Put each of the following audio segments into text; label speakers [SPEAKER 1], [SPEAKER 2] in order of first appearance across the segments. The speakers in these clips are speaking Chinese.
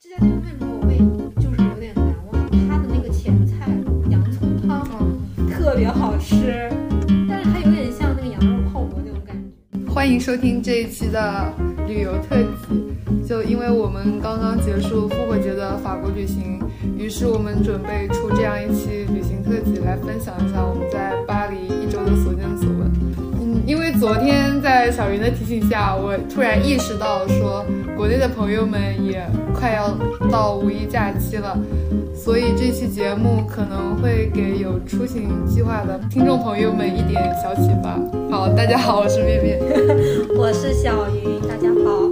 [SPEAKER 1] Mm-hmm. 迎收听这一期的旅游特辑。就因为我们刚刚结束复活节的法国旅行，于是我们准备出这样一期旅行特辑来分享一下我们在巴黎一周的所见所闻。嗯，因为昨天在小云的提醒下，我突然意识到说，国内的朋友们也快要到五一假期了。所以这期节目可能会给有出行计划的听众朋友们一点小启发。好，大家好，我是面面。
[SPEAKER 2] 我是小云，大家好。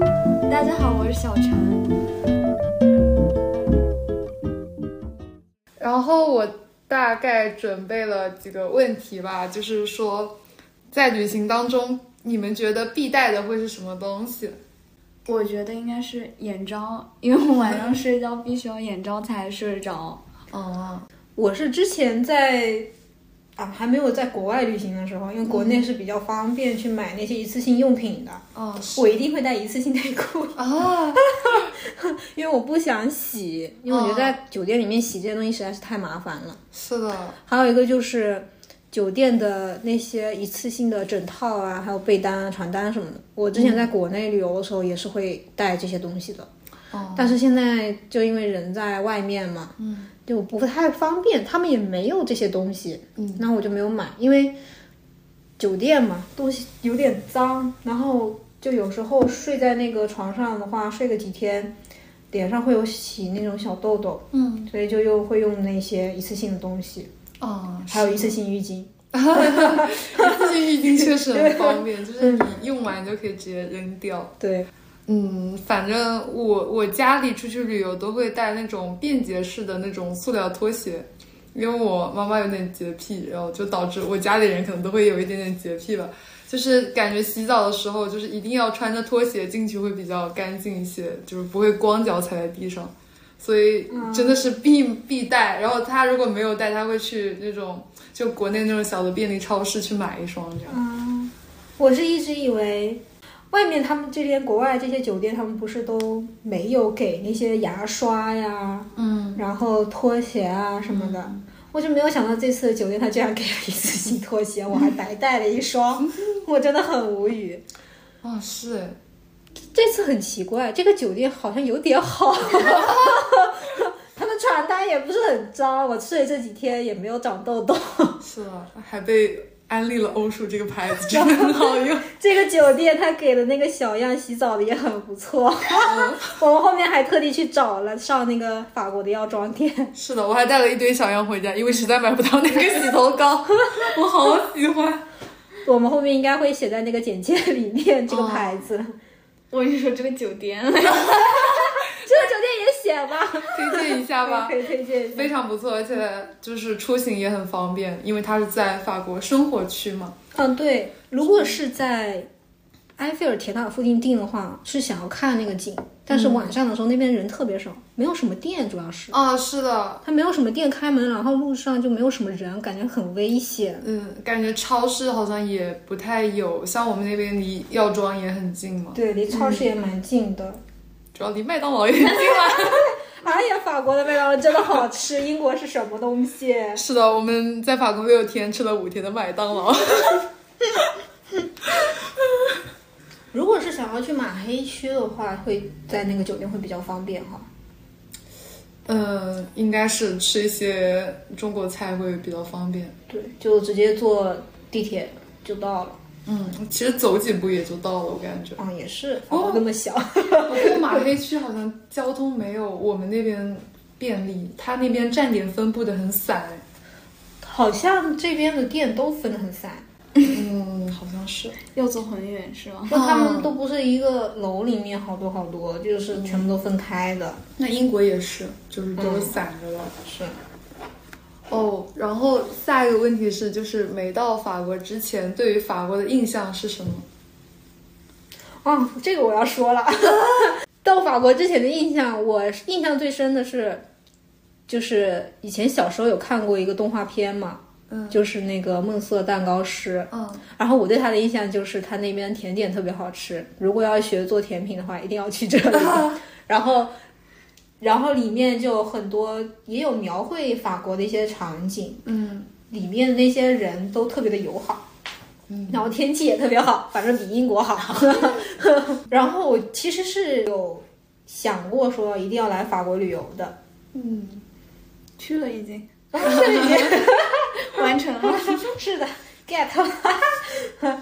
[SPEAKER 3] 大家好，我是小陈。
[SPEAKER 1] 然后我大概准备了几个问题吧，就是说，在旅行当中，你们觉得必带的会是什么东西？
[SPEAKER 3] 我觉得应该是眼罩，因为我晚上睡觉必须要眼罩才睡得着。
[SPEAKER 1] 哦，
[SPEAKER 2] 我是之前在啊还没有在国外旅行的时候，因为国内是比较方便去买那些一次性用品的，
[SPEAKER 1] 哦，是
[SPEAKER 2] 我一定会带一次性内裤，
[SPEAKER 1] 啊，
[SPEAKER 2] 因为我不想洗，因为我觉得在酒店里面洗这些东西实在是太麻烦了。
[SPEAKER 1] 是的，
[SPEAKER 2] 还有一个就是酒店的那些一次性的枕套啊，还有被单啊、床单什么的。我之前在国内旅游的时候也是会带这些东西的，
[SPEAKER 1] 哦，
[SPEAKER 2] 但是现在就因为人在外面嘛，
[SPEAKER 1] 嗯
[SPEAKER 2] 就不太方便，他们也没有这些东西，
[SPEAKER 1] 嗯，
[SPEAKER 2] 那我就没有买，因为酒店嘛，东西有点脏，然后就有时候睡在那个床上的话，睡个几天。脸上会有起那种小痘痘，
[SPEAKER 1] 嗯，
[SPEAKER 2] 所以就又会用那些一次性的东西。
[SPEAKER 1] 哦，
[SPEAKER 2] 还有一次性浴巾，
[SPEAKER 1] 自己浴巾确实很方 便，就是你用完就可以直接扔掉。
[SPEAKER 2] 对，
[SPEAKER 1] 嗯，反正我我家里出去旅游都会带那种便捷式的那种塑料拖鞋，因为我妈妈有点洁癖，然后就导致我家里人可能都会有一点点洁癖吧，就是感觉洗澡的时候就是一定要穿着拖鞋进去会比较干净一些，就是不会光脚踩在地上，所以真的是必、必带。然后他如果没有带，他会去那种就国内那种小的便利超市去买一双这样。
[SPEAKER 2] 嗯，我是一直以为外面他们这边国外这些酒店，他们不是都没有给那些牙刷呀，
[SPEAKER 1] 嗯，
[SPEAKER 2] 然后拖鞋啊什么的，我就没有想到这次的酒店他居然给了一次性拖鞋，我还白带了一双， 我真的很无语。
[SPEAKER 1] 哦，是诶，
[SPEAKER 2] 这次很奇怪，这个酒店好像有点好。 他们床单也不是很脏，我睡这几天也没有长痘痘。
[SPEAKER 1] 是的，还被安利了欧舒这个牌子，真的很好用。
[SPEAKER 2] 这个酒店他给的那个小样洗澡的也很不错， 我们后面还特地去找了上那个法国的药妆店。
[SPEAKER 1] 是的，我还带了一堆小样回家，因为实在买不到那个洗头膏，我好喜欢。
[SPEAKER 2] 我们后面应该会写在那个简介里面这个牌子，
[SPEAKER 3] 我就说这个酒店，
[SPEAKER 2] 这个酒店也写 吧，
[SPEAKER 1] 推荐一下吧
[SPEAKER 2] 可，以推荐一下。
[SPEAKER 1] 非常不错，而且就是出行也很方便，因为它是在法国生活区嘛。
[SPEAKER 2] 嗯，对，如果是在埃菲尔铁塔附近订的话，是想要看那个景，但是晚上的时候那边人特别少，没有什么店，主要是
[SPEAKER 1] 啊、是的，
[SPEAKER 2] 它没有什么店开门，然后路上就没有什么人，感觉很危险。
[SPEAKER 1] 嗯，感觉超市好像也不太有，像我们那边离药妆也很近嘛，
[SPEAKER 2] 对，离超市也蛮近的。
[SPEAKER 1] 主要离麦当劳也很近嘛。
[SPEAKER 2] 哎呀，法国的麦当劳真的好 吃，英国是什么东西？
[SPEAKER 1] 是的，我们在法国六天吃了五天的麦当劳。
[SPEAKER 2] 如果是想要去马黑区的话，会在那个酒店会比较方便哈。
[SPEAKER 1] 嗯，应该是吃一些中国菜会比较方便。
[SPEAKER 2] 对，就直接坐地铁就到了。。
[SPEAKER 1] 嗯，其实走几步也就到了，我感觉
[SPEAKER 2] 嗯，也是，法国那么小。
[SPEAKER 1] 不过马黑区好像交通没有我们那边便利，它那边站点分布的很 散。
[SPEAKER 2] 好像这边的店都分得很散，
[SPEAKER 1] 嗯，好像是。
[SPEAKER 3] 要走很远是吗？
[SPEAKER 2] 就他们都不是一个楼里面好多好多，就是全部都分开的。
[SPEAKER 1] 那英国也是，就是都是散着了。
[SPEAKER 2] 是，
[SPEAKER 1] 哦，然后下一个问题是，就是没到法国之前，对于法国的印象是什么？
[SPEAKER 2] 啊，这个我要说了。 到法国之前的印象，我印象最深的是，就是以前小时候有看过一个动画片嘛，
[SPEAKER 1] 嗯
[SPEAKER 2] 就是那个梦色蛋糕师，
[SPEAKER 1] 嗯，
[SPEAKER 2] 然后我对他的印象就是他那边甜点特别好吃，如果要学做甜品的话，一定要去这里。 然后，然后里面就有很多也有描绘法国的一些场景，
[SPEAKER 1] 嗯，
[SPEAKER 2] 里面的那些人都特别的友好，然后天气也特别好，反正比英国好。 然后我其实是有想过说一定要来法国旅游的，
[SPEAKER 1] 嗯，
[SPEAKER 3] 去了已经
[SPEAKER 2] 是已经
[SPEAKER 3] 完成了。
[SPEAKER 2] 是的 get 了。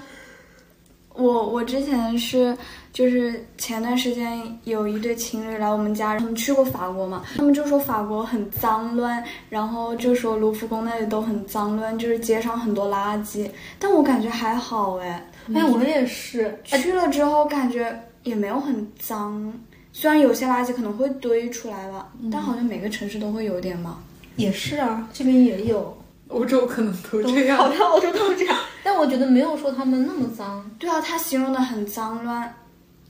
[SPEAKER 3] 我我之前是就是前段时间有一对情侣来我们家，他们去过法国嘛，他们就说法国很脏乱，然后就说卢浮宫那里都很脏乱，就是街上很多垃圾。但我感觉还好哎，
[SPEAKER 2] 哎，我也是，
[SPEAKER 3] 呃去了之后感觉也没有很脏，虽然有些垃圾可能会堆出来吧，但好像每个城市都会有点吧。
[SPEAKER 2] 也是啊，这边也有，
[SPEAKER 1] 欧洲可能都这
[SPEAKER 2] 好
[SPEAKER 1] 样。
[SPEAKER 2] 像欧洲都这样，但我觉得没有说他们那么脏。
[SPEAKER 3] 对啊，他形容的很脏乱。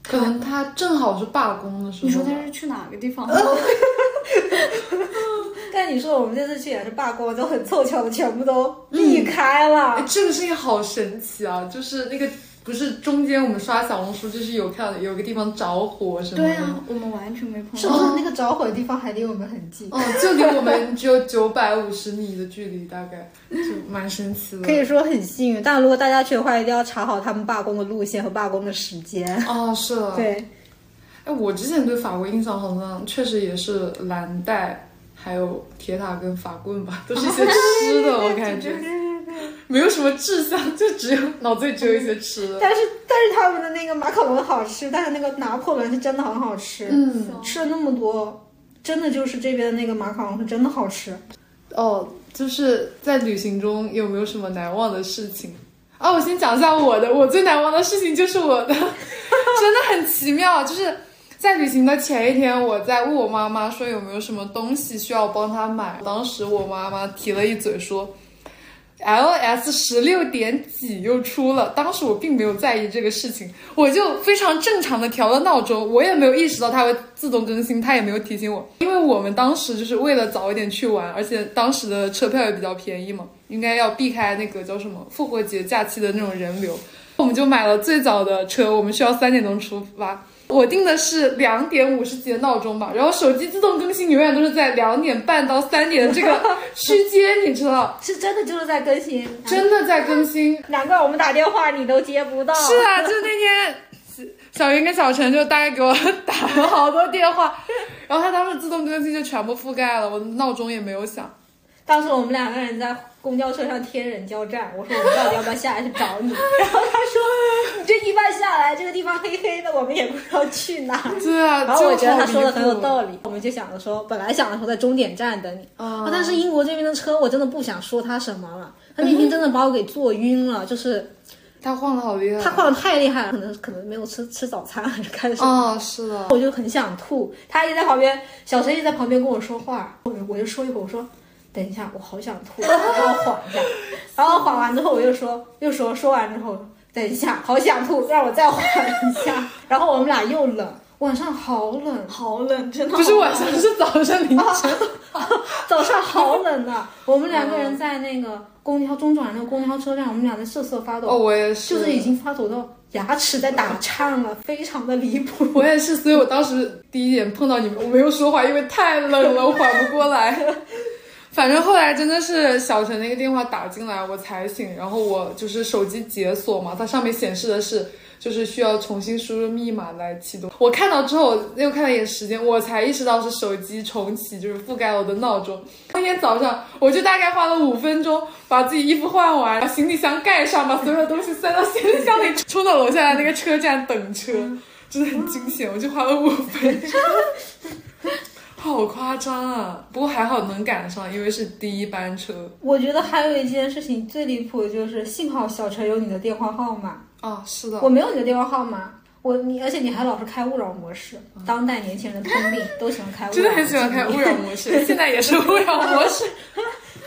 [SPEAKER 1] 可能他正好是罢工的时候。
[SPEAKER 3] 你说他是去哪个地方？
[SPEAKER 2] 但你说我们这次去也是罢工，就很凑巧的全部都避开了。
[SPEAKER 1] 哎，这个事情好神奇啊！就是那个不是中间我们刷小红书，就是有看有个地方着火什么的。
[SPEAKER 3] 对 啊，我们完全没碰
[SPEAKER 2] 是
[SPEAKER 3] 到。
[SPEAKER 2] 不是那个着火的地方还离我们很近？
[SPEAKER 1] 哦，就离我们只有九百五十米的距离，大概就蛮神奇的。
[SPEAKER 2] 可以说很幸运，但如果大家去的话，一定要查好他们罢工的路线和罢工的时间。
[SPEAKER 1] 哦，是的。
[SPEAKER 2] 对，
[SPEAKER 1] 哎，我之前对法国印象好像确实也是蓝带，还有铁塔跟法棍吧，都是 一些吃的，我感觉没有什么志向，就只有脑子里只有一些吃的。
[SPEAKER 2] 但是但是他们的那个马卡龙好吃，但是那个拿破仑是真的很好吃。
[SPEAKER 1] 嗯，
[SPEAKER 2] 吃了那么多，真的就是这边的那个马卡龙是真的好吃。
[SPEAKER 1] 哦，就是在旅行中有没有什么难忘的事情？啊，我先讲一下我的，我最难忘的事情就是我的，真 的很奇妙，就是在旅行的前一天，我在问我妈妈说有没有什么东西需要帮她买，当时我妈妈提了一嘴说。iOS 十六点几又出了，当时我并没有在意这个事情，我就非常正常的调了闹钟，我也没有意识到它会自动更新，它也没有提醒我，因为我们当时就是为了早一点去玩，而且当时的车票也比较便宜嘛，应该要避开那个叫什么复活节假期的那种人流，我们就买了最早的车，我们需要三点钟出发。我定的是两点五十几的闹钟吧，然后手机自动更新永远都是在两点半到三点的这个区间，你知道，
[SPEAKER 2] 是真的就是在更新，
[SPEAKER 1] 真的在更新，
[SPEAKER 2] 难怪我们打电话你都接不到。
[SPEAKER 1] 是啊，就那天小云跟小陈就大概给我打了好多电话，然后他当时自动更新就全部覆盖了，我的闹钟也没有响。
[SPEAKER 2] 当时我们两个人在公交车上天人交战，我说我们到底要不要下来去找你？然后他说你这一半下来，这个地方黑黑的，我们也不知道去哪。
[SPEAKER 1] 对啊，
[SPEAKER 2] 然后我
[SPEAKER 1] 就
[SPEAKER 2] 觉得他说的
[SPEAKER 1] 好
[SPEAKER 2] 很
[SPEAKER 1] 离谱
[SPEAKER 2] 有道理，我们就想着说，本来想着说在终点站等你，
[SPEAKER 1] 嗯
[SPEAKER 2] 啊但是英国这边的车我真的不想说他什么了，他那天真的把我给坐晕 了，就是
[SPEAKER 1] 他晃的好厉害。
[SPEAKER 2] 他晃的太厉害了，可能可能没有吃吃早餐还是干什么。
[SPEAKER 1] 哦，是的，
[SPEAKER 2] 我就很想吐，他一直在旁边，小陈一直在旁边跟我说话，我就我就说一会儿，我说等一下，我好想 吐，然后让我缓一下，然后缓完之后我又说又说说完之后，等一下，好想吐，让我再缓一下，然后我们俩又冷，晚上好冷，
[SPEAKER 3] 好冷，真的
[SPEAKER 1] 不是
[SPEAKER 3] 好冷
[SPEAKER 1] 晚上，是早上 凌晨。
[SPEAKER 2] 早上好冷呐、我们两个人在那个公交中转那个公交车站，我们俩在瑟瑟发抖，
[SPEAKER 1] 哦，我也是，
[SPEAKER 2] 就是已经发抖到牙齿在打颤了，非常的离谱。
[SPEAKER 1] 我也是，所以我当时第一眼碰到你们，我没有说话，因为太冷了，我缓不过来。反正后来真的是小陈那个电话打进来，我才醒，然后我就是手机解锁嘛，它上面显示的是就是需要重新输入密码来启动。我看到之后又看了一眼时间，我才意识到是手机重启，就是覆盖了我的闹钟。那天早上我就大概花了五分钟把自己衣服换完，把行李箱盖上，把所有的东西塞到行李箱里，冲到楼下的那个车站等车。 真的很惊险，我就花了五分钟，好夸张啊！不过还好能赶上，因为是第一班车
[SPEAKER 2] 我觉得还有一件事情最离谱的就是，幸好小陈有你的电话号码，
[SPEAKER 1] 啊。是的，
[SPEAKER 2] 我没有你的电话号码。我你，而且你还老是开勿扰模式，当代年轻人的通病，都喜欢开勿扰模式，
[SPEAKER 1] 真的很喜欢开勿扰模式， 现在也是勿扰模式。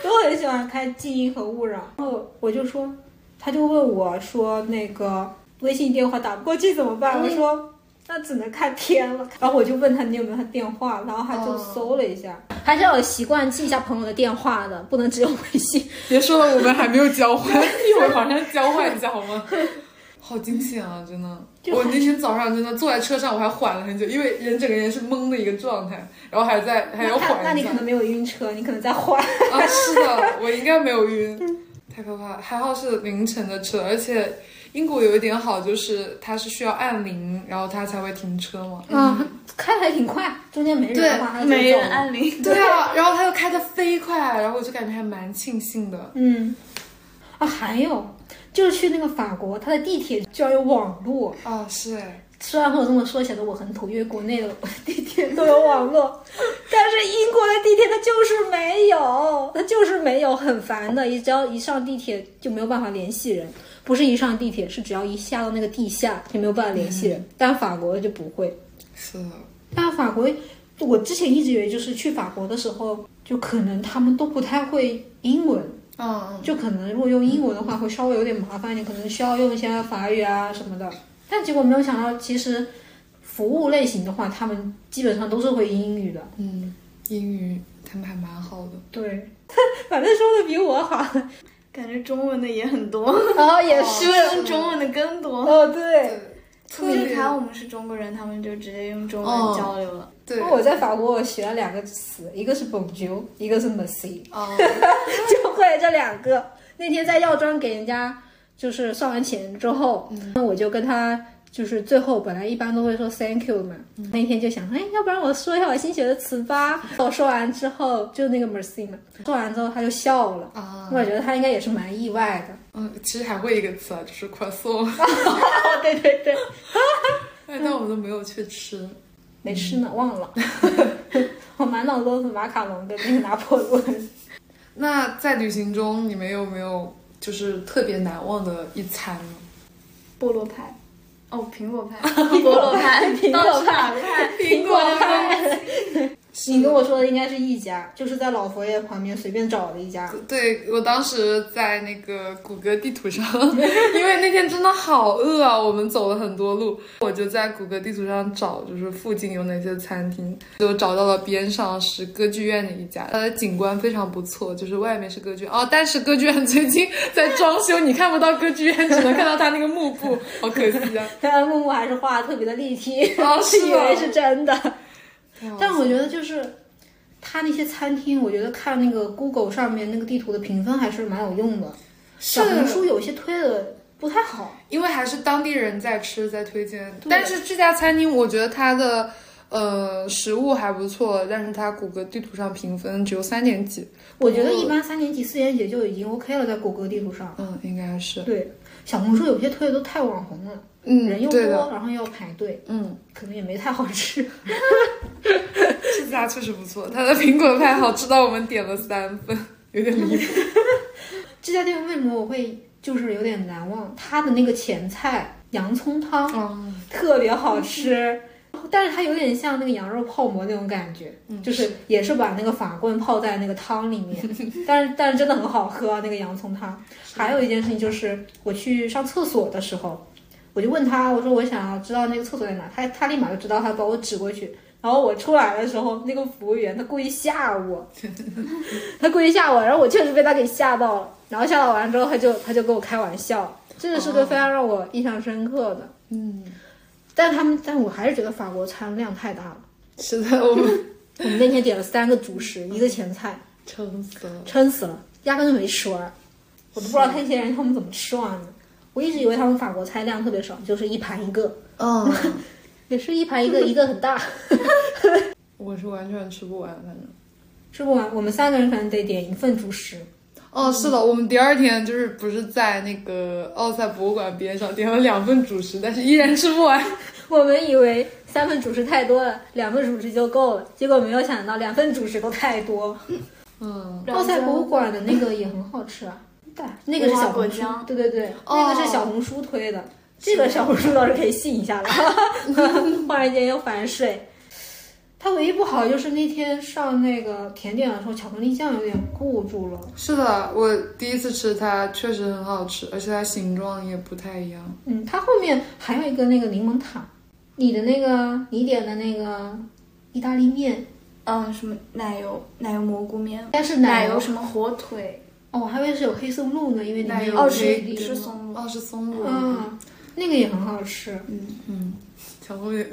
[SPEAKER 2] 都很喜欢开静音和勿扰。然后我就说，他就问我说，那个微信电话打不过去怎么办？
[SPEAKER 1] 嗯
[SPEAKER 2] 我说。那只能看天了。然后我就问他你有没有他电话，然后他就
[SPEAKER 1] 哦
[SPEAKER 2] 搜了一下，还是要有习惯记一下朋友的电话的，不能只有微信。
[SPEAKER 1] 别说了，我们还没有交 换，一会儿马上交换一下好吗？好惊险啊！真的，
[SPEAKER 2] 就
[SPEAKER 1] 我那天早上真的坐在车上，我还缓了很久，因为人整个人是懵的一个状态，然后还在还要
[SPEAKER 2] 那他那
[SPEAKER 1] 缓一
[SPEAKER 2] 你
[SPEAKER 1] 下
[SPEAKER 2] 可能没有晕车，你可能在换。
[SPEAKER 1] 啊。是的，我应该没有晕。太可怕了！还好是凌晨的车，而且英国有一点好，就是它是需要按铃，然后它才会停车嘛。
[SPEAKER 2] 嗯，开的还挺快，中间没人的话，它就
[SPEAKER 3] 没
[SPEAKER 2] 走
[SPEAKER 3] 人
[SPEAKER 2] 了。
[SPEAKER 3] 按铃。
[SPEAKER 1] 对啊，然后它又开得飞快，然后我就感觉还蛮庆幸的。
[SPEAKER 2] 嗯，啊，还有就是去那个法国，它的地铁居然有网络。
[SPEAKER 1] 啊，是哎，
[SPEAKER 2] 虽然我这么说显得我很土，因为国内的 地铁都有网络，但是英国的地铁它就是没有，它就是没有，很烦的。一只要一上地铁就没有办法联系人，不是一上地铁，是只要一下到那个地下就没有办法联系人。但法国就不会，
[SPEAKER 1] 是的，
[SPEAKER 2] 但法国，我之前一直以为就是去法国的时候，就可能他们都不太会英文，
[SPEAKER 1] 嗯
[SPEAKER 2] 就可能如果用英文的话会稍微有点麻烦，你可能需要用一些法语啊什么的。但结果没有想到，其实服务类型的话，他们基本上都是会英语的。
[SPEAKER 1] 嗯，英语他们还蛮好的。
[SPEAKER 2] 对， 反正说的比我好。
[SPEAKER 3] 感觉中文的也很多，
[SPEAKER 2] 然后哦也
[SPEAKER 1] 是
[SPEAKER 3] 用中文的更多。
[SPEAKER 2] 哦，对，
[SPEAKER 1] 特
[SPEAKER 3] 就
[SPEAKER 1] 别
[SPEAKER 3] 是啊哦看我们是中国人，他们就直接用中文交流了。
[SPEAKER 1] 对，
[SPEAKER 2] 我在法国我学了两个词，一个是 bonjour，一个是 merci。
[SPEAKER 1] 哦，
[SPEAKER 2] 就会这两个。那天在药妆给人家就是算完钱之后，
[SPEAKER 1] 嗯
[SPEAKER 2] 那我就跟他就是最后本来一般都会说 thank you 嘛，
[SPEAKER 1] 嗯
[SPEAKER 2] 那天就想，哎，要不然我说一下我新学的词吧。我说完之后就那个 mercy 嘛，说完之后他就笑了。
[SPEAKER 1] 啊，
[SPEAKER 2] 我觉得他应该也是蛮意外 的。
[SPEAKER 1] 嗯，其实还会一个词啊，就是 croissant，
[SPEAKER 2] 对对对，
[SPEAKER 1] 嗯哎但我们都没有去吃。
[SPEAKER 2] 没吃呢，忘了。 我满脑子都是马卡龙跟那个拿破仑。
[SPEAKER 1] 那在旅行中，你们有没有就是特别难忘的一餐呢？
[SPEAKER 3] 菠萝派，哦，苹果派， 菠萝 派，
[SPEAKER 2] 苹
[SPEAKER 3] 到
[SPEAKER 2] 果
[SPEAKER 3] 处
[SPEAKER 2] 派
[SPEAKER 3] 哪个派，
[SPEAKER 2] 苹果派，
[SPEAKER 1] 是
[SPEAKER 2] 你跟我说的应 该是一家，就是在老佛爷旁边随便找的一家。
[SPEAKER 1] 对我当时在那个谷歌地图上， 因为那天真的好饿啊，我们走了很多路，我就在谷歌地图上找，就是附近有哪些餐厅，就找到了边上是歌剧院的一家，它的景观非常不错，就是外面是歌剧院哦，但是歌剧院最近在装修，你看不到歌剧院，只能看到它那个幕布，好可 惜啊。
[SPEAKER 2] 但木木还是画的特别的立体，
[SPEAKER 1] 哦是
[SPEAKER 2] 以为
[SPEAKER 1] 吗
[SPEAKER 2] 是真的。但
[SPEAKER 1] 我
[SPEAKER 2] 我觉得就是他那些餐厅，我觉得看那个 Google 上面那个地图的评分还是蛮有用的。
[SPEAKER 1] 啊
[SPEAKER 2] 小红书有些推的不太好，
[SPEAKER 1] 因为还是当地人在吃在推荐，
[SPEAKER 2] 对
[SPEAKER 1] 但是这家餐厅我觉得它的呃食物还不错，但是它谷歌地图上评分只有三点几，
[SPEAKER 2] 我觉
[SPEAKER 1] 哦
[SPEAKER 2] 得一般三年级、四年级就已经 OK 了，在谷歌地图上。
[SPEAKER 1] 嗯，应该是，
[SPEAKER 2] 对，小红书有些推的都太网红了，
[SPEAKER 1] 嗯，
[SPEAKER 2] 人又多，
[SPEAKER 1] 对的，
[SPEAKER 2] 然后又要排队，
[SPEAKER 1] 嗯，
[SPEAKER 2] 可能也没太好吃。
[SPEAKER 1] 这家确实不错，它的苹果派好吃到我们点了三分， 有点离谱，
[SPEAKER 2] 这家店为什么我会就是有点难忘？它的那个前菜洋葱汤，
[SPEAKER 1] 嗯，
[SPEAKER 2] 特别好吃。但是它有点像那个羊肉泡馍那种感觉，就是也是把那个法棍泡在那个汤里面，但是但是真的很好喝啊、那个洋葱汤。还有一件事情就是我去上厕所的时候，我就问他，我说我想要知道那个厕所在哪，他他立马就知道，他把我指过去。然后我出来的时候，那个服务员他故意吓我，他故意吓我，然后我确实被他给吓到了。然后吓到完之后，他就他就跟我开玩笑，这个是个非常让我印象深刻的。
[SPEAKER 1] 嗯，
[SPEAKER 2] 但他们，但我还是觉得法国餐量太大了。
[SPEAKER 1] 是的，我们
[SPEAKER 2] 我们那天点了三个主食，一个前菜，
[SPEAKER 1] 撑死了，
[SPEAKER 2] 撑死了，压根就没吃完。我都不知道那些人他们怎么吃完的。我一直以为他们法国菜量特别少，就是一盘一个，
[SPEAKER 1] 嗯，
[SPEAKER 2] 也是一盘一个，一个很大，
[SPEAKER 1] 我是完全吃不完，反正。
[SPEAKER 2] 吃不完。我们三个人可能得点一份主食。
[SPEAKER 1] 哦，是的，我们第二天就是不是在那个奥赛博物馆边上点了两份主食，但是依然吃不完。
[SPEAKER 2] 我们以为三份主食太多了，两份主食就够了，结果没有想到两份主食都太多。
[SPEAKER 1] 嗯，
[SPEAKER 2] 奥赛博物馆的那个也很好吃啊，那个是小红书
[SPEAKER 3] 无花果，浆
[SPEAKER 2] 对对对，
[SPEAKER 1] 哦
[SPEAKER 2] 那个是小红书推的，这个小红书倒是可以信一下了， 忽然间又反水。它唯一不好就是那天上那个甜点的时候，巧克力酱有点固住了。
[SPEAKER 1] 是的，我第一次吃它确实很好吃，而且它形状也不太一样。
[SPEAKER 2] 嗯，它后面还有一个那个柠檬塔，你的那个你点的那个意大利面，
[SPEAKER 3] 嗯，什么奶油奶油蘑菇面
[SPEAKER 2] 应，该是
[SPEAKER 3] 奶
[SPEAKER 2] 油
[SPEAKER 3] 油什么火腿，
[SPEAKER 2] 哦，我还以为是有黑松露呢，因为里面
[SPEAKER 1] 奶
[SPEAKER 2] 有
[SPEAKER 1] 油
[SPEAKER 3] 哦
[SPEAKER 1] 黑
[SPEAKER 3] 是
[SPEAKER 2] 黑
[SPEAKER 1] 的
[SPEAKER 3] 是
[SPEAKER 2] 的
[SPEAKER 3] 松露，
[SPEAKER 1] 哦，是松露。
[SPEAKER 2] 嗯，那个也很好吃。
[SPEAKER 3] 嗯，
[SPEAKER 1] 嗯，想后面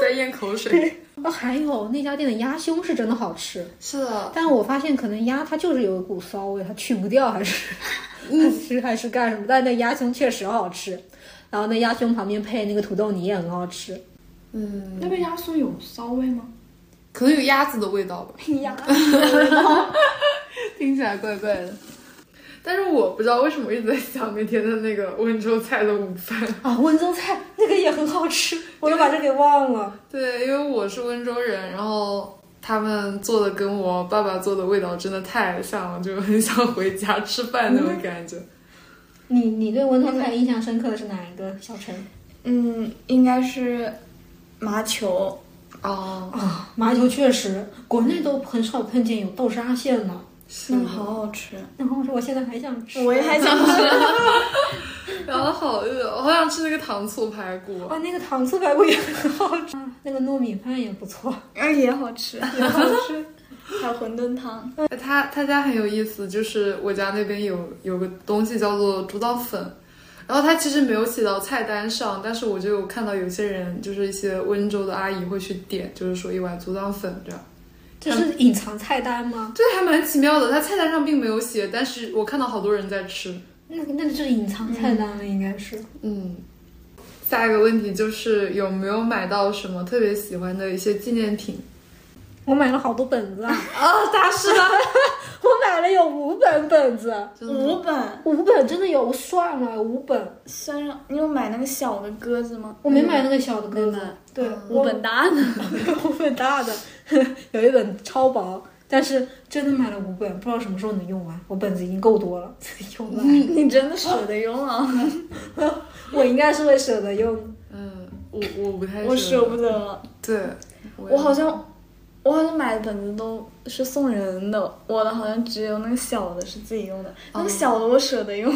[SPEAKER 1] 在咽口水。
[SPEAKER 2] 哦，还有那家店的鸭胸是真的好吃，
[SPEAKER 1] 是的，
[SPEAKER 2] 但我发现可能鸭它就是有一股骚味，它去不掉还 是还是还是干什么？但那鸭胸确实好吃，然后那鸭胸旁边配那个土豆泥也很好吃。
[SPEAKER 1] 嗯，
[SPEAKER 3] 那个鸭胸有骚味吗？
[SPEAKER 1] 可能有鸭子的味道 吧，
[SPEAKER 3] 鸭
[SPEAKER 1] 听起来怪怪的。但是我不知道为什么我一直在想每天的那个温州菜的午饭。
[SPEAKER 2] 啊，温州菜那个也很好吃，我都把这给忘了。
[SPEAKER 1] 对，因为我是温州人，然后他们做的跟我爸爸做的味道真的太像了，就很想回家吃饭那种感觉。
[SPEAKER 2] 你你对嗯温州菜印象深刻的是哪一个？小陈
[SPEAKER 3] 嗯，应该是麻球。
[SPEAKER 1] 哦，
[SPEAKER 2] 啊，麻球确实，国内都很少碰见有豆沙馅的。
[SPEAKER 1] 是
[SPEAKER 3] 那个嗯好好吃，
[SPEAKER 2] 然后说我现在还想吃，
[SPEAKER 3] 我也还想 吃。
[SPEAKER 1] 聊得好饿，我好想吃那个糖醋排骨。
[SPEAKER 2] 啊，那个糖醋排骨也很好吃，啊那个糯米饭也不错。
[SPEAKER 3] 哎，也好吃，也好吃。还有馄饨汤，
[SPEAKER 1] 哎他他家很有意思，就是我家那边有有个东西叫做猪刀粉，然后它其实没有写到菜单上，但是我就有看到有些人就是一些温州的阿姨会去点，就是说一碗猪刀粉这样，
[SPEAKER 2] 这是隐藏菜单吗？
[SPEAKER 1] 对，还蛮奇妙的。它菜单上并没有写，但是我看到好多人在吃。
[SPEAKER 2] 那个那个就是隐藏菜单了，应该是。
[SPEAKER 1] 嗯，下一个问题就是有没有买到什么特别喜欢的一些纪念品？
[SPEAKER 2] 我买了好多本子啊，
[SPEAKER 1] 哦，大师吧，
[SPEAKER 2] 我买了有五本本子，
[SPEAKER 1] 真的吗
[SPEAKER 3] 五本。
[SPEAKER 2] 五本真的有，我算了有五本，
[SPEAKER 3] 算上，你有买那个小的鸽子吗？
[SPEAKER 2] 我没买那个小的鸽
[SPEAKER 3] 没
[SPEAKER 2] 子
[SPEAKER 3] 买，
[SPEAKER 2] 对，
[SPEAKER 3] 五本大的。
[SPEAKER 2] 我五本大的，有一本超薄，但是真的买了五本，不知道什么时候能用完，我本子已经够多了，自己用完，
[SPEAKER 3] 你真的舍得用啊？
[SPEAKER 2] 我应该是会舍得用的。
[SPEAKER 1] 嗯，我我不太
[SPEAKER 3] 我
[SPEAKER 1] 舍
[SPEAKER 3] 舍
[SPEAKER 1] 得
[SPEAKER 3] 不得了。
[SPEAKER 1] 对，
[SPEAKER 3] 哦我好像，我好像买的本子都是送人的，我的好像只有那个小的是自己用的，那个小的我舍得 用，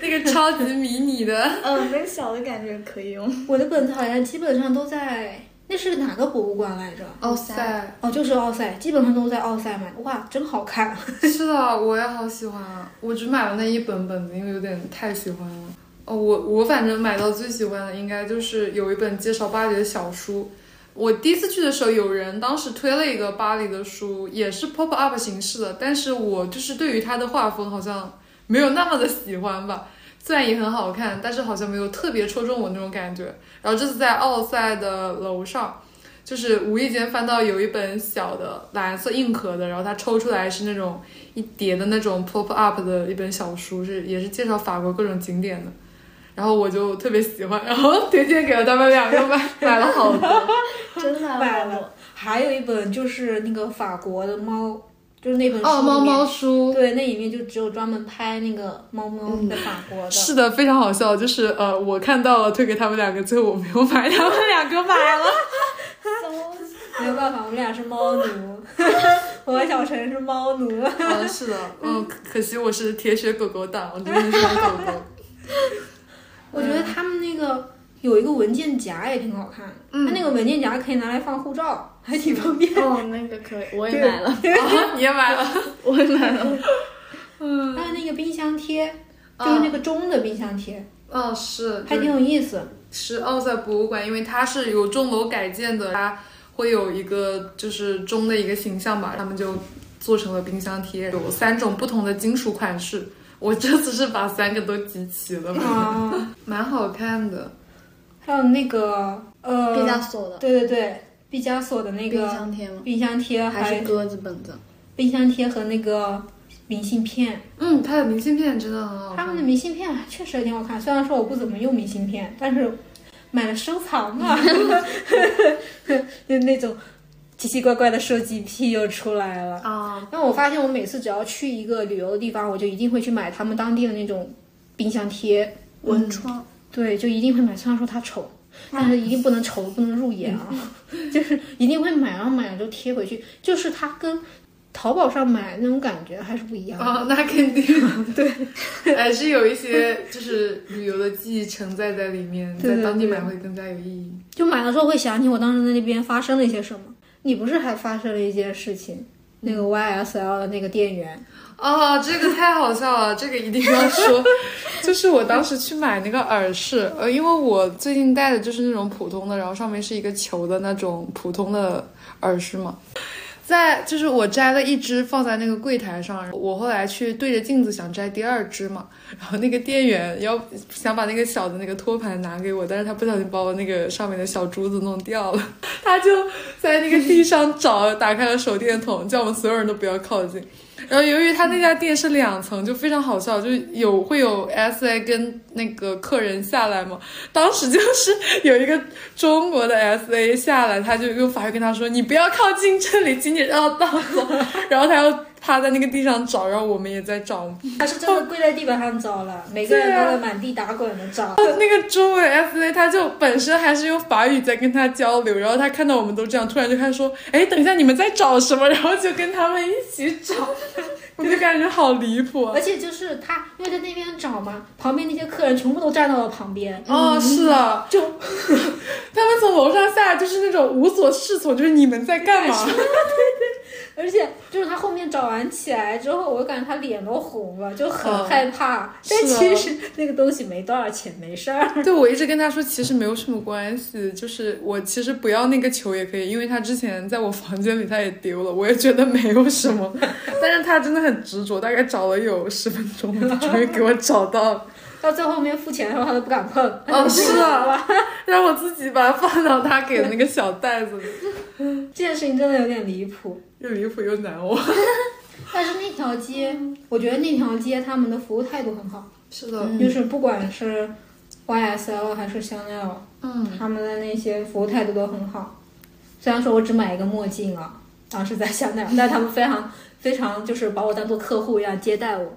[SPEAKER 1] 那个超级迷你的，
[SPEAKER 3] 嗯，那个小的感觉可以用。
[SPEAKER 2] 我的本子好像基本上都在，那是哪个博物馆来着？
[SPEAKER 1] 奥赛，
[SPEAKER 2] 哦，就是奥赛，基本上都在奥赛买的。哇，真好看！啊
[SPEAKER 1] 是的，我也好喜欢啊！我只买了那一本本子，因为有点太喜欢了。哦，我我反正买到最喜欢的应该就是有一本介绍巴黎的小书。我第一次去的时候，有人当时推了一个巴黎的书，也是 pop up 形式的，但是我就是对于它的画风好像没有那么的喜欢吧。虽然也很好看，但是好像没有特别戳中我那种感觉。然后这次在奥赛的楼上，就是无意间翻到有一本小的蓝色硬壳的，然后它抽出来是那种一叠的那种 pop up 的一本小书，是也是介绍法国各种景点的，然后我就特别喜欢，然后 推荐给了他们两个买买了好多，
[SPEAKER 3] 真的啊
[SPEAKER 2] 买了，还有一本就是那个法国的猫，就是那本书
[SPEAKER 1] 哦，
[SPEAKER 2] 里
[SPEAKER 1] 猫
[SPEAKER 2] 面
[SPEAKER 1] 猫书。
[SPEAKER 2] 对，那里面就只有专门拍那个猫猫在法国的。
[SPEAKER 1] 是的，非常好笑，就是呃，我看到了推给他们两个，最后我没有买， 他们两个买了。
[SPEAKER 2] 没有办法，我们俩是猫奴，我和小陈是猫奴。
[SPEAKER 1] 嗯，是的，嗯，可惜我是铁血狗狗党，我真的是狗 狗。
[SPEAKER 2] 我觉得他们那个有一个文件夹也挺好看，它那个文件夹可以拿来放护照，还挺方便。
[SPEAKER 3] 哦，那个可以，我也买了，
[SPEAKER 1] 啊，你也买了？
[SPEAKER 3] 我也买了。
[SPEAKER 2] 还有那个冰箱贴，就是那个钟的冰箱贴，
[SPEAKER 1] 嗯，是，
[SPEAKER 2] 还挺有意思。
[SPEAKER 1] 是奥赛博物馆，因为它是由钟楼改建的，它会有一个就是钟的一个形象吧，他们就做成了冰箱贴，有三种不同的金属款式。我这次是把三个都集齐了，
[SPEAKER 2] 啊，
[SPEAKER 1] 蛮好看的。
[SPEAKER 2] 还有那个呃，
[SPEAKER 3] 毕加索的
[SPEAKER 2] 对对对，毕加索的那
[SPEAKER 3] 冰
[SPEAKER 2] 个
[SPEAKER 3] 箱贴吗？
[SPEAKER 2] 冰箱贴，还
[SPEAKER 3] 还是鸽子本子？
[SPEAKER 2] 冰箱贴和那个明信片，
[SPEAKER 1] 嗯，它的明信片真的很好看。
[SPEAKER 2] 他们的明信片啊确实也挺好看。虽然说我不怎么用明信片，但是买了收藏嘛， 就那种奇奇怪怪的收集癖又出来了。
[SPEAKER 1] 啊，
[SPEAKER 2] 但我发现我每次只要去一个旅游的地方，我就一定会去买他们当地的那种冰箱贴。
[SPEAKER 1] 嗯
[SPEAKER 3] 文创，
[SPEAKER 2] 对，就一定会买。虽然说它丑，但是一定不能丑，不能入眼啊， 就是一定会买，然后买了就贴回去。就是它跟淘宝上买那种感觉还是不一样的。
[SPEAKER 1] 哦，那肯定 对，还是有一些就是旅游的记忆承载在里面，
[SPEAKER 2] 对
[SPEAKER 1] 在
[SPEAKER 2] 对
[SPEAKER 1] 当地
[SPEAKER 2] 对
[SPEAKER 1] 买会更加有意义。
[SPEAKER 2] 就买的时候会想起我当时在那边发生了一些什么。你不是还发生了一件事情？那个 YSL 的那个店员，
[SPEAKER 1] 哦，这个太好笑了，这个一定 要说。就是我当时去买那个耳饰，呃，因为我最近戴的就是那种普通的，然后上面是一个球的那种普通的耳饰嘛。在就是我摘了一只放在那个柜台上，我后来去对着镜子想摘第二只嘛，然后那个店员要想把那个小的那个托盘拿给我，但是他不小心把我那个上面的小珠子弄掉了， 他就在那个地上找，打开了手电筒，叫我们所有人都不要靠近。然后由于他那家店是两层，就非常好笑，就是有会有 S A 跟那个客人下来嘛。当时就是有一个中国的 S A 下来，他就用法语跟他说：“你不要靠近这里，请你绕道走。” 然后他又趴在那个地上找，然后我们也在找。
[SPEAKER 2] 他是真的跪在地板上找了，每个人都在满地打滚的找。
[SPEAKER 1] 那个中文 S A 他就本身还是用法语在跟他交流，然后他看到我们都这样，突然就开始说：“哎，等一下你们在找什么？”然 后就跟他们一起找，我就感觉好离谱啊！
[SPEAKER 2] 而且就是他，因为在那边找嘛，旁边那些客人全部都站到了旁边，
[SPEAKER 1] 哦，是啊，
[SPEAKER 2] 就
[SPEAKER 1] 他们从楼上下来就是那种无所适从， 就是你们在干嘛？
[SPEAKER 2] 而且就是他后面找完起来之后，我感觉他脸都红了，就很
[SPEAKER 1] 嗯
[SPEAKER 2] 害怕。但
[SPEAKER 1] 是啊
[SPEAKER 2] 其实那个东西没多少钱，没事儿。
[SPEAKER 1] 对，我一直跟他说其实没有什么关系，就是我其实不要那个球也可以，因为他之前在我房间里他也丢了，我也觉得没有什么， 但是他真的很执着，大概找了有十分钟，终于给我找到了，
[SPEAKER 2] 到最后面付钱的时候，他都不敢碰。
[SPEAKER 1] 哦是
[SPEAKER 2] 啊，
[SPEAKER 1] 让我自己把它放到他给的那个小袋子里，
[SPEAKER 2] 这件事情真的有点离谱。
[SPEAKER 1] 又离谱又难忘。
[SPEAKER 2] 但是那条街，我觉得那条街他们的服务态度很好，
[SPEAKER 3] 嗯
[SPEAKER 1] 是的，
[SPEAKER 2] 就是不管是 YSL 还是香奈儿，
[SPEAKER 1] 嗯，
[SPEAKER 2] 他们的那些服务态度都很好。虽然说我只买一个墨镜啊，当时在香奈儿，但他们非常非常就是把我当做客户一样接待我。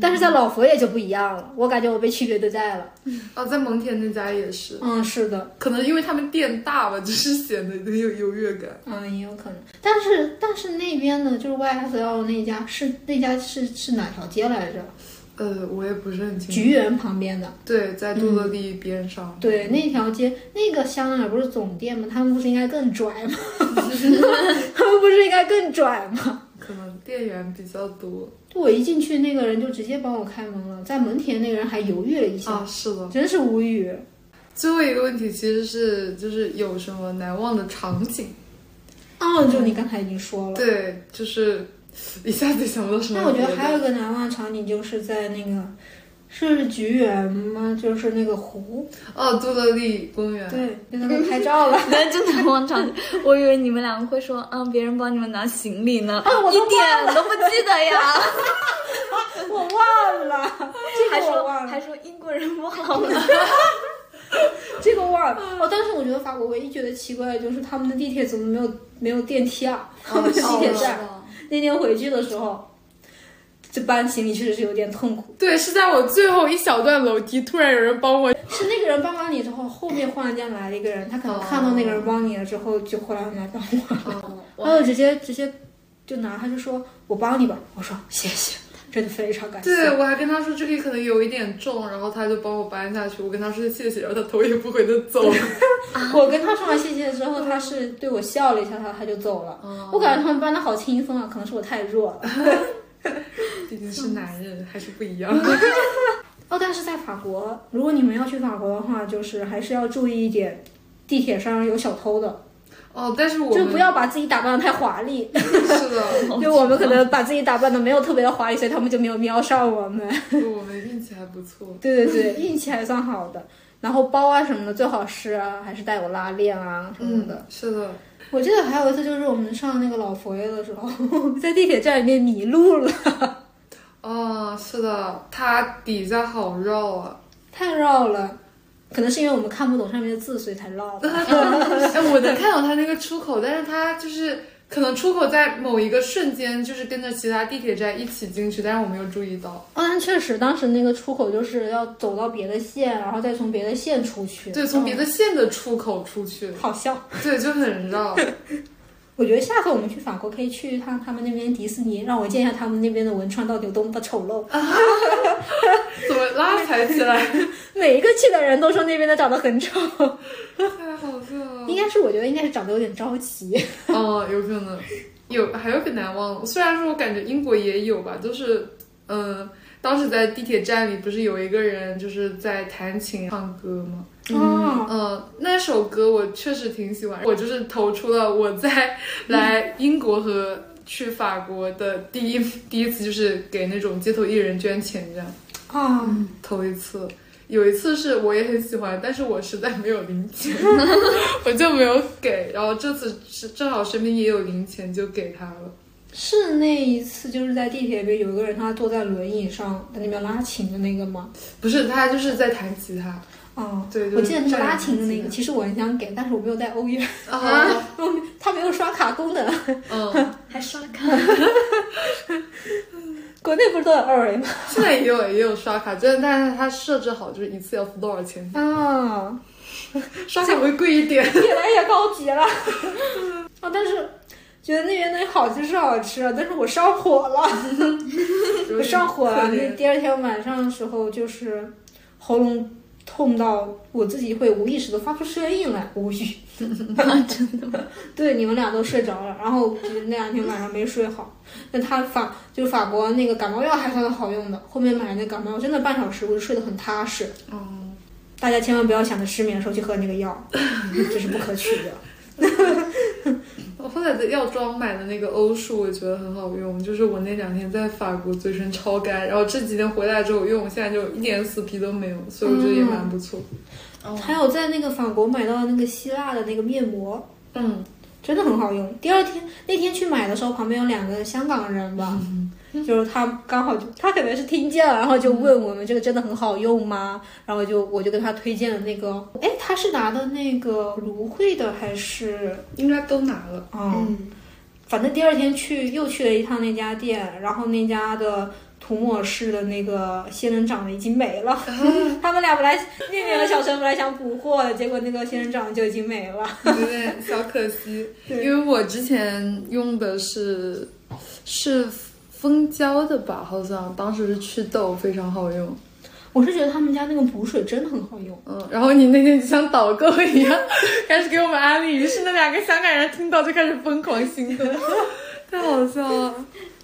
[SPEAKER 2] 但是在老佛爷就不一样了，我感觉我被区别对待了。
[SPEAKER 1] 啊，在蒙恬那家也是，
[SPEAKER 2] 嗯，是的，
[SPEAKER 1] 可能因为他们店大吧，就是显得很有优越感。
[SPEAKER 2] 嗯，也有可能。但是但是那边呢，就是 YSL 那家是那家是是哪条街来着？
[SPEAKER 1] 呃，我也不是很清楚。
[SPEAKER 2] 菊园旁边的。
[SPEAKER 1] 对，在杜
[SPEAKER 2] 嗯
[SPEAKER 1] 乐丽边 上。
[SPEAKER 2] 对，那条街那个香奈儿不是总店吗？他们不是应该更拽吗？他们不是应该更拽吗？
[SPEAKER 1] 可能店员比较多
[SPEAKER 2] 就我一进去，那个人就直接帮我开门了，在门前那个人还犹豫了一下，
[SPEAKER 1] 啊，是的。
[SPEAKER 2] 真是无语。
[SPEAKER 1] 最后一个问题其实是就是有什么难忘的场景？
[SPEAKER 2] 哦，就你刚才已经说了。
[SPEAKER 1] 对，就是一下子想不到什么
[SPEAKER 2] 那
[SPEAKER 1] 别
[SPEAKER 2] 我
[SPEAKER 1] 的。
[SPEAKER 2] 觉得还有一个难忘的场景，就是在那个是菊园吗？就是那个湖，
[SPEAKER 1] 哦，杜乐丽公园。
[SPEAKER 2] 对，在那边拍照 了。
[SPEAKER 3] 那就难忘场景。我以为你们两个会说，嗯，别人帮你们拿行李呢，
[SPEAKER 2] 啊我
[SPEAKER 3] 一
[SPEAKER 2] 都
[SPEAKER 3] 点都不记得呀。
[SPEAKER 2] 我忘了，这
[SPEAKER 3] 还
[SPEAKER 2] 个我
[SPEAKER 3] 说
[SPEAKER 2] 忘了
[SPEAKER 3] 还，说英国人忘了，
[SPEAKER 2] 这个忘了。哦，但是我觉得法国唯一觉得奇怪的就是他们的地铁怎么没有没有电梯啊？他们的 地
[SPEAKER 3] 哦
[SPEAKER 2] 铁站、那天回去的时候，这搬行李确实是有点痛苦。
[SPEAKER 1] 对，是在我最后一小段楼梯，突然有人帮我。
[SPEAKER 2] 是那个人帮完你之后，后面忽然间来了一个人，他可能看到那个人帮你了之后，就忽然来帮我了，
[SPEAKER 1] 哦
[SPEAKER 2] 然后直接直接就拿他就说我帮你吧，我说 谢谢，真的非常感谢。
[SPEAKER 1] 对，我还跟他说这个可能有一点重，然后他就帮我搬下去。我跟他说谢谢，然后他头也不回的走了。
[SPEAKER 2] 我跟他说完谢谢之后，他是对我笑了一下，他他就走了。
[SPEAKER 1] 哦
[SPEAKER 2] 我感觉他们搬的好轻松啊，可能是我太弱了。
[SPEAKER 1] 毕竟是男人，还是不一样。
[SPEAKER 2] 嗯哦，但是在法国，如果你们要去法国的话，就是还是要注意一点，地铁上有小偷的，
[SPEAKER 1] 哦，但是我
[SPEAKER 2] 就
[SPEAKER 1] 们
[SPEAKER 2] 是不要把自己打扮的太华丽。
[SPEAKER 1] 是 的，
[SPEAKER 2] 就我们可能把自己打扮的没有特别的华丽，所以他们就没有瞄上我们。
[SPEAKER 1] 就我们运气还不错。
[SPEAKER 2] 对对 对，运气还算好的。然后包啊什么的最好是啊，还是带有拉链啊什么的。
[SPEAKER 1] 嗯，是的，
[SPEAKER 2] 我记得还有一次就是我们上那个老佛爷的时候， 在地铁站里面迷路了，
[SPEAKER 1] 哦，是的，它底下好绕 啊。
[SPEAKER 2] 太绕了。可能是因为我们看不懂上面的字，所以才绕的。
[SPEAKER 1] 哎，我能看到它那个出口，但是它就是可能出口在某一个瞬间就是跟着其他地铁站一起进去，但是我没有注意到。
[SPEAKER 2] 哦，但确实当时那个出口就是要走到别的线，然后再从别的线出去。
[SPEAKER 1] 嗯对，从别的线的出口出去，
[SPEAKER 2] 好笑。
[SPEAKER 1] 对，就很绕。
[SPEAKER 2] 我觉得下次我们去法国可以去一趟他们那边迪士尼，让我见一下他们那边的文创到底有多么的丑陋。
[SPEAKER 1] 怎么拉踩起来？
[SPEAKER 2] 每一个去的人都说那边的长得很丑，
[SPEAKER 1] 太好笑了。
[SPEAKER 2] 应该是我觉得应该是长得有点着急。
[SPEAKER 1] 哦，有可能。有还有个难忘的，虽然说我感觉英国也有吧，就是嗯，当时在地铁站里不是有一个人就是在弹琴唱歌吗？
[SPEAKER 2] 哦，
[SPEAKER 1] 嗯，那首歌我确实挺喜欢，我就是投出了我 在来英国和去法国的第一、第一次，就是给那种街头艺人捐钱这样
[SPEAKER 2] 啊、
[SPEAKER 1] 投一次。有一次是我也很喜欢，但是我实在没有零钱， 我就没有给。然后这次是正好身边也有零钱，就给他了。
[SPEAKER 2] 是那一次就是在地铁里边有一个人他坐在轮椅上在那边拉琴的那个吗？
[SPEAKER 1] 不是他就是在弹吉他，
[SPEAKER 2] 哦，
[SPEAKER 1] 对，
[SPEAKER 2] 我记得那个拉琴
[SPEAKER 1] 琴
[SPEAKER 2] 的那个，其实我很想给，但是我没有带欧元，
[SPEAKER 1] 啊，
[SPEAKER 2] 他没有刷卡功能。
[SPEAKER 1] 嗯，
[SPEAKER 3] 还刷卡，
[SPEAKER 2] 国内不是都有二维吗？
[SPEAKER 1] 现在也有也有刷卡，就是但是他设置好就是一次要付多少钱。
[SPEAKER 2] 啊，
[SPEAKER 1] 刷卡会贵一 点。
[SPEAKER 2] 越来越高级了。 啊，但是觉得那边东西好吃是好吃啊，但是我上火了。我上火了，那第二天晚上的时候就是喉咙痛到我自己会无意识的发出声音来，无语。 对，你们俩都睡着了，然后就是那两天晚上没睡好。那他法就是法国那个感冒药还算好用的，后面买那感冒药真的半小时我就睡得很踏实。
[SPEAKER 1] 哦，
[SPEAKER 2] 大家千万不要想着失眠的时候去喝那个药，这是不可取的。
[SPEAKER 1] 我后来在药妆买的那个欧舒，我觉得很好用，就是我那两天在法国嘴唇超干，然后这几天回来之后用，我现在就一点死皮都没有，所以我觉得也蛮不错。
[SPEAKER 2] 还有在那个法国买到的那个希腊的那个面膜，
[SPEAKER 1] 嗯，
[SPEAKER 2] 真的很好用。第二天那天去买的时候，旁边有两个香港人吧，就是他刚好就他可能是听见了，然后就问我们这个真的很好用吗？然后就我就跟他推荐了那个，哎，他是拿的那个芦荟的还是
[SPEAKER 1] 应该都拿 了。
[SPEAKER 2] 嗯，反正第二天去又去了一趟那家店，然后那家的涂抹式的那个仙人掌的已经没 了。他们俩本来那边的小陈本来想补货的，结果那个仙人掌就已经没了。
[SPEAKER 1] 有点小可惜，因为我之前用的是是蜂胶的吧，好像当时是祛痘，非常好用。
[SPEAKER 2] 我是觉得他们家那个补水真的很好用。
[SPEAKER 1] 嗯，然后你那天就像导购一样， 开始给我们安利，于是那两个香港人听到就开始疯狂心动， 太好笑了，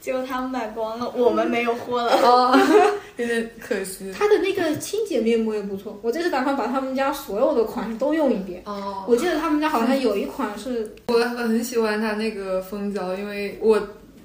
[SPEAKER 3] 结果他们买光了，我们没有货了。
[SPEAKER 1] 哦， 有点可惜。
[SPEAKER 2] 它的那个清洁面膜也不错，我这次打算把他们家所有的款式都用一遍。
[SPEAKER 1] 哦，
[SPEAKER 2] 我记得他们家好像有一款是，
[SPEAKER 1] 我很喜欢它那个蜂胶，因为我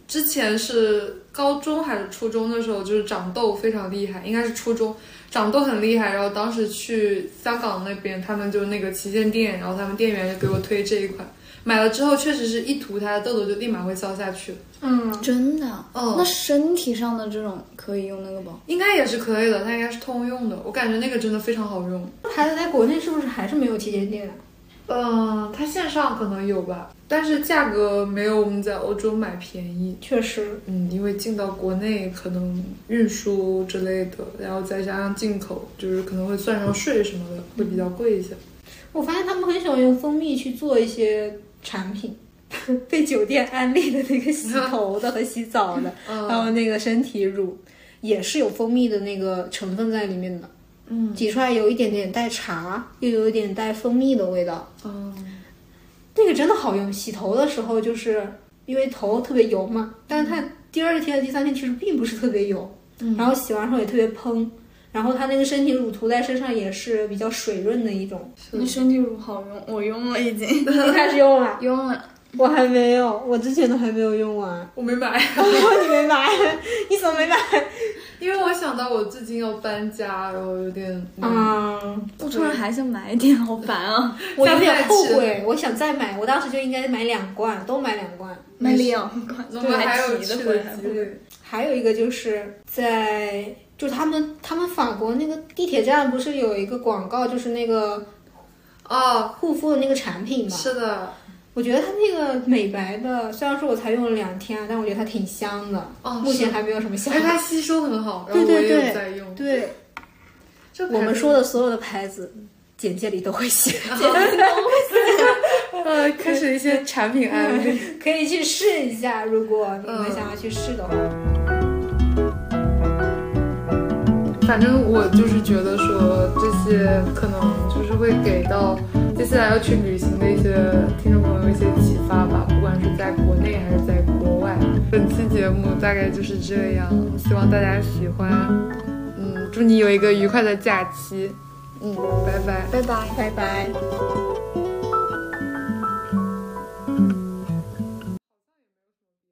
[SPEAKER 1] 之前是高中还是初中的时候，就是长痘非常厉害，应该是初中长痘很厉害。然后当时去香港那边，他们就那个旗舰店，然后他们店员就给我推这一款，买了之后确实是一涂它的痘痘就立马会消下去。
[SPEAKER 2] 嗯，
[SPEAKER 3] 真的？
[SPEAKER 1] 嗯
[SPEAKER 3] 那身体上的这种可以用那个不？
[SPEAKER 1] 应该也是可以的，它应该是通用的。我感觉那个真的非常好用。
[SPEAKER 2] 牌子在国内是不是还是没有旗舰店啊？
[SPEAKER 1] 嗯，它线上可能有吧，但是价格没有我们在欧洲买便宜。
[SPEAKER 2] 确实，
[SPEAKER 1] 嗯，因为进到国内可能运输之类的，然后再加上进口，就是可能会算上税什么的，会比较贵一些。
[SPEAKER 2] 我发现他们很喜欢用蜂蜜去做一些产品， 被酒店安利的那个洗头的和洗澡的，还
[SPEAKER 1] 嗯
[SPEAKER 2] 有那个身体乳，也是有蜂蜜的那个成分在里面的，
[SPEAKER 1] 嗯
[SPEAKER 2] 挤出来有一点点带茶，又有一点带蜂蜜的味道。
[SPEAKER 1] 嗯，
[SPEAKER 2] 那个真的好用，洗头的时候就是因为头特别油嘛，但是它第二天、第三天其实并不是特别油，然后洗完后也特别喷，然后它那个身体乳涂在身上也是比较水润的一 种。
[SPEAKER 1] 是
[SPEAKER 3] 那身体乳好用，我用了已经。
[SPEAKER 2] 你开始用了？
[SPEAKER 3] 用了，
[SPEAKER 2] 我还没有，我之前的还没有用啊完。
[SPEAKER 1] 我没买，
[SPEAKER 2] 你没买？你怎么没买？
[SPEAKER 1] 因为我想到我最近要搬家，然后有点嗯
[SPEAKER 2] 啊、
[SPEAKER 3] 我突然还想买一点，好烦啊！
[SPEAKER 2] 我有
[SPEAKER 1] 下
[SPEAKER 2] 点
[SPEAKER 1] 次再
[SPEAKER 2] 后
[SPEAKER 1] 吃
[SPEAKER 2] 悔，我想再买，我当时就应该买两罐，都买两罐。
[SPEAKER 3] 买两罐，
[SPEAKER 1] 我们还有
[SPEAKER 3] 提
[SPEAKER 1] 去
[SPEAKER 3] 的
[SPEAKER 1] 的
[SPEAKER 3] 回来
[SPEAKER 1] 机会。
[SPEAKER 2] 还有一个就是在就他们他们法国那个地铁站不是有一个广告，就是那个
[SPEAKER 1] 哦，
[SPEAKER 2] 护肤的那个产品嘛。
[SPEAKER 1] 是的，
[SPEAKER 2] 我觉得它那个美白的，虽然说我才用了两天，但我觉得它挺香的，
[SPEAKER 1] 哦，
[SPEAKER 2] 目
[SPEAKER 1] 是
[SPEAKER 2] 前还没有什么效
[SPEAKER 1] 哎，
[SPEAKER 2] 果。
[SPEAKER 1] 它吸收很好，然后我
[SPEAKER 2] 对对
[SPEAKER 1] 也有
[SPEAKER 2] 对
[SPEAKER 1] 在用。
[SPEAKER 2] 对
[SPEAKER 1] 这
[SPEAKER 2] 我
[SPEAKER 1] 牌
[SPEAKER 2] 们
[SPEAKER 1] 子
[SPEAKER 2] 说的所有的牌子，简介里都会写。
[SPEAKER 1] 真的呃，开始一些产品案例。
[SPEAKER 2] 可以去试一下，如果你们想要去试的话。
[SPEAKER 1] 反正我就是觉得说这些可能就是会给到接下来要去旅行的一些听众朋友一些启发吧，不管是在国内还是在国外。本期节目大概就是这样，希望大家喜欢。嗯，祝你有一个愉快的假期。嗯，拜拜。
[SPEAKER 3] 拜拜。
[SPEAKER 2] 拜拜。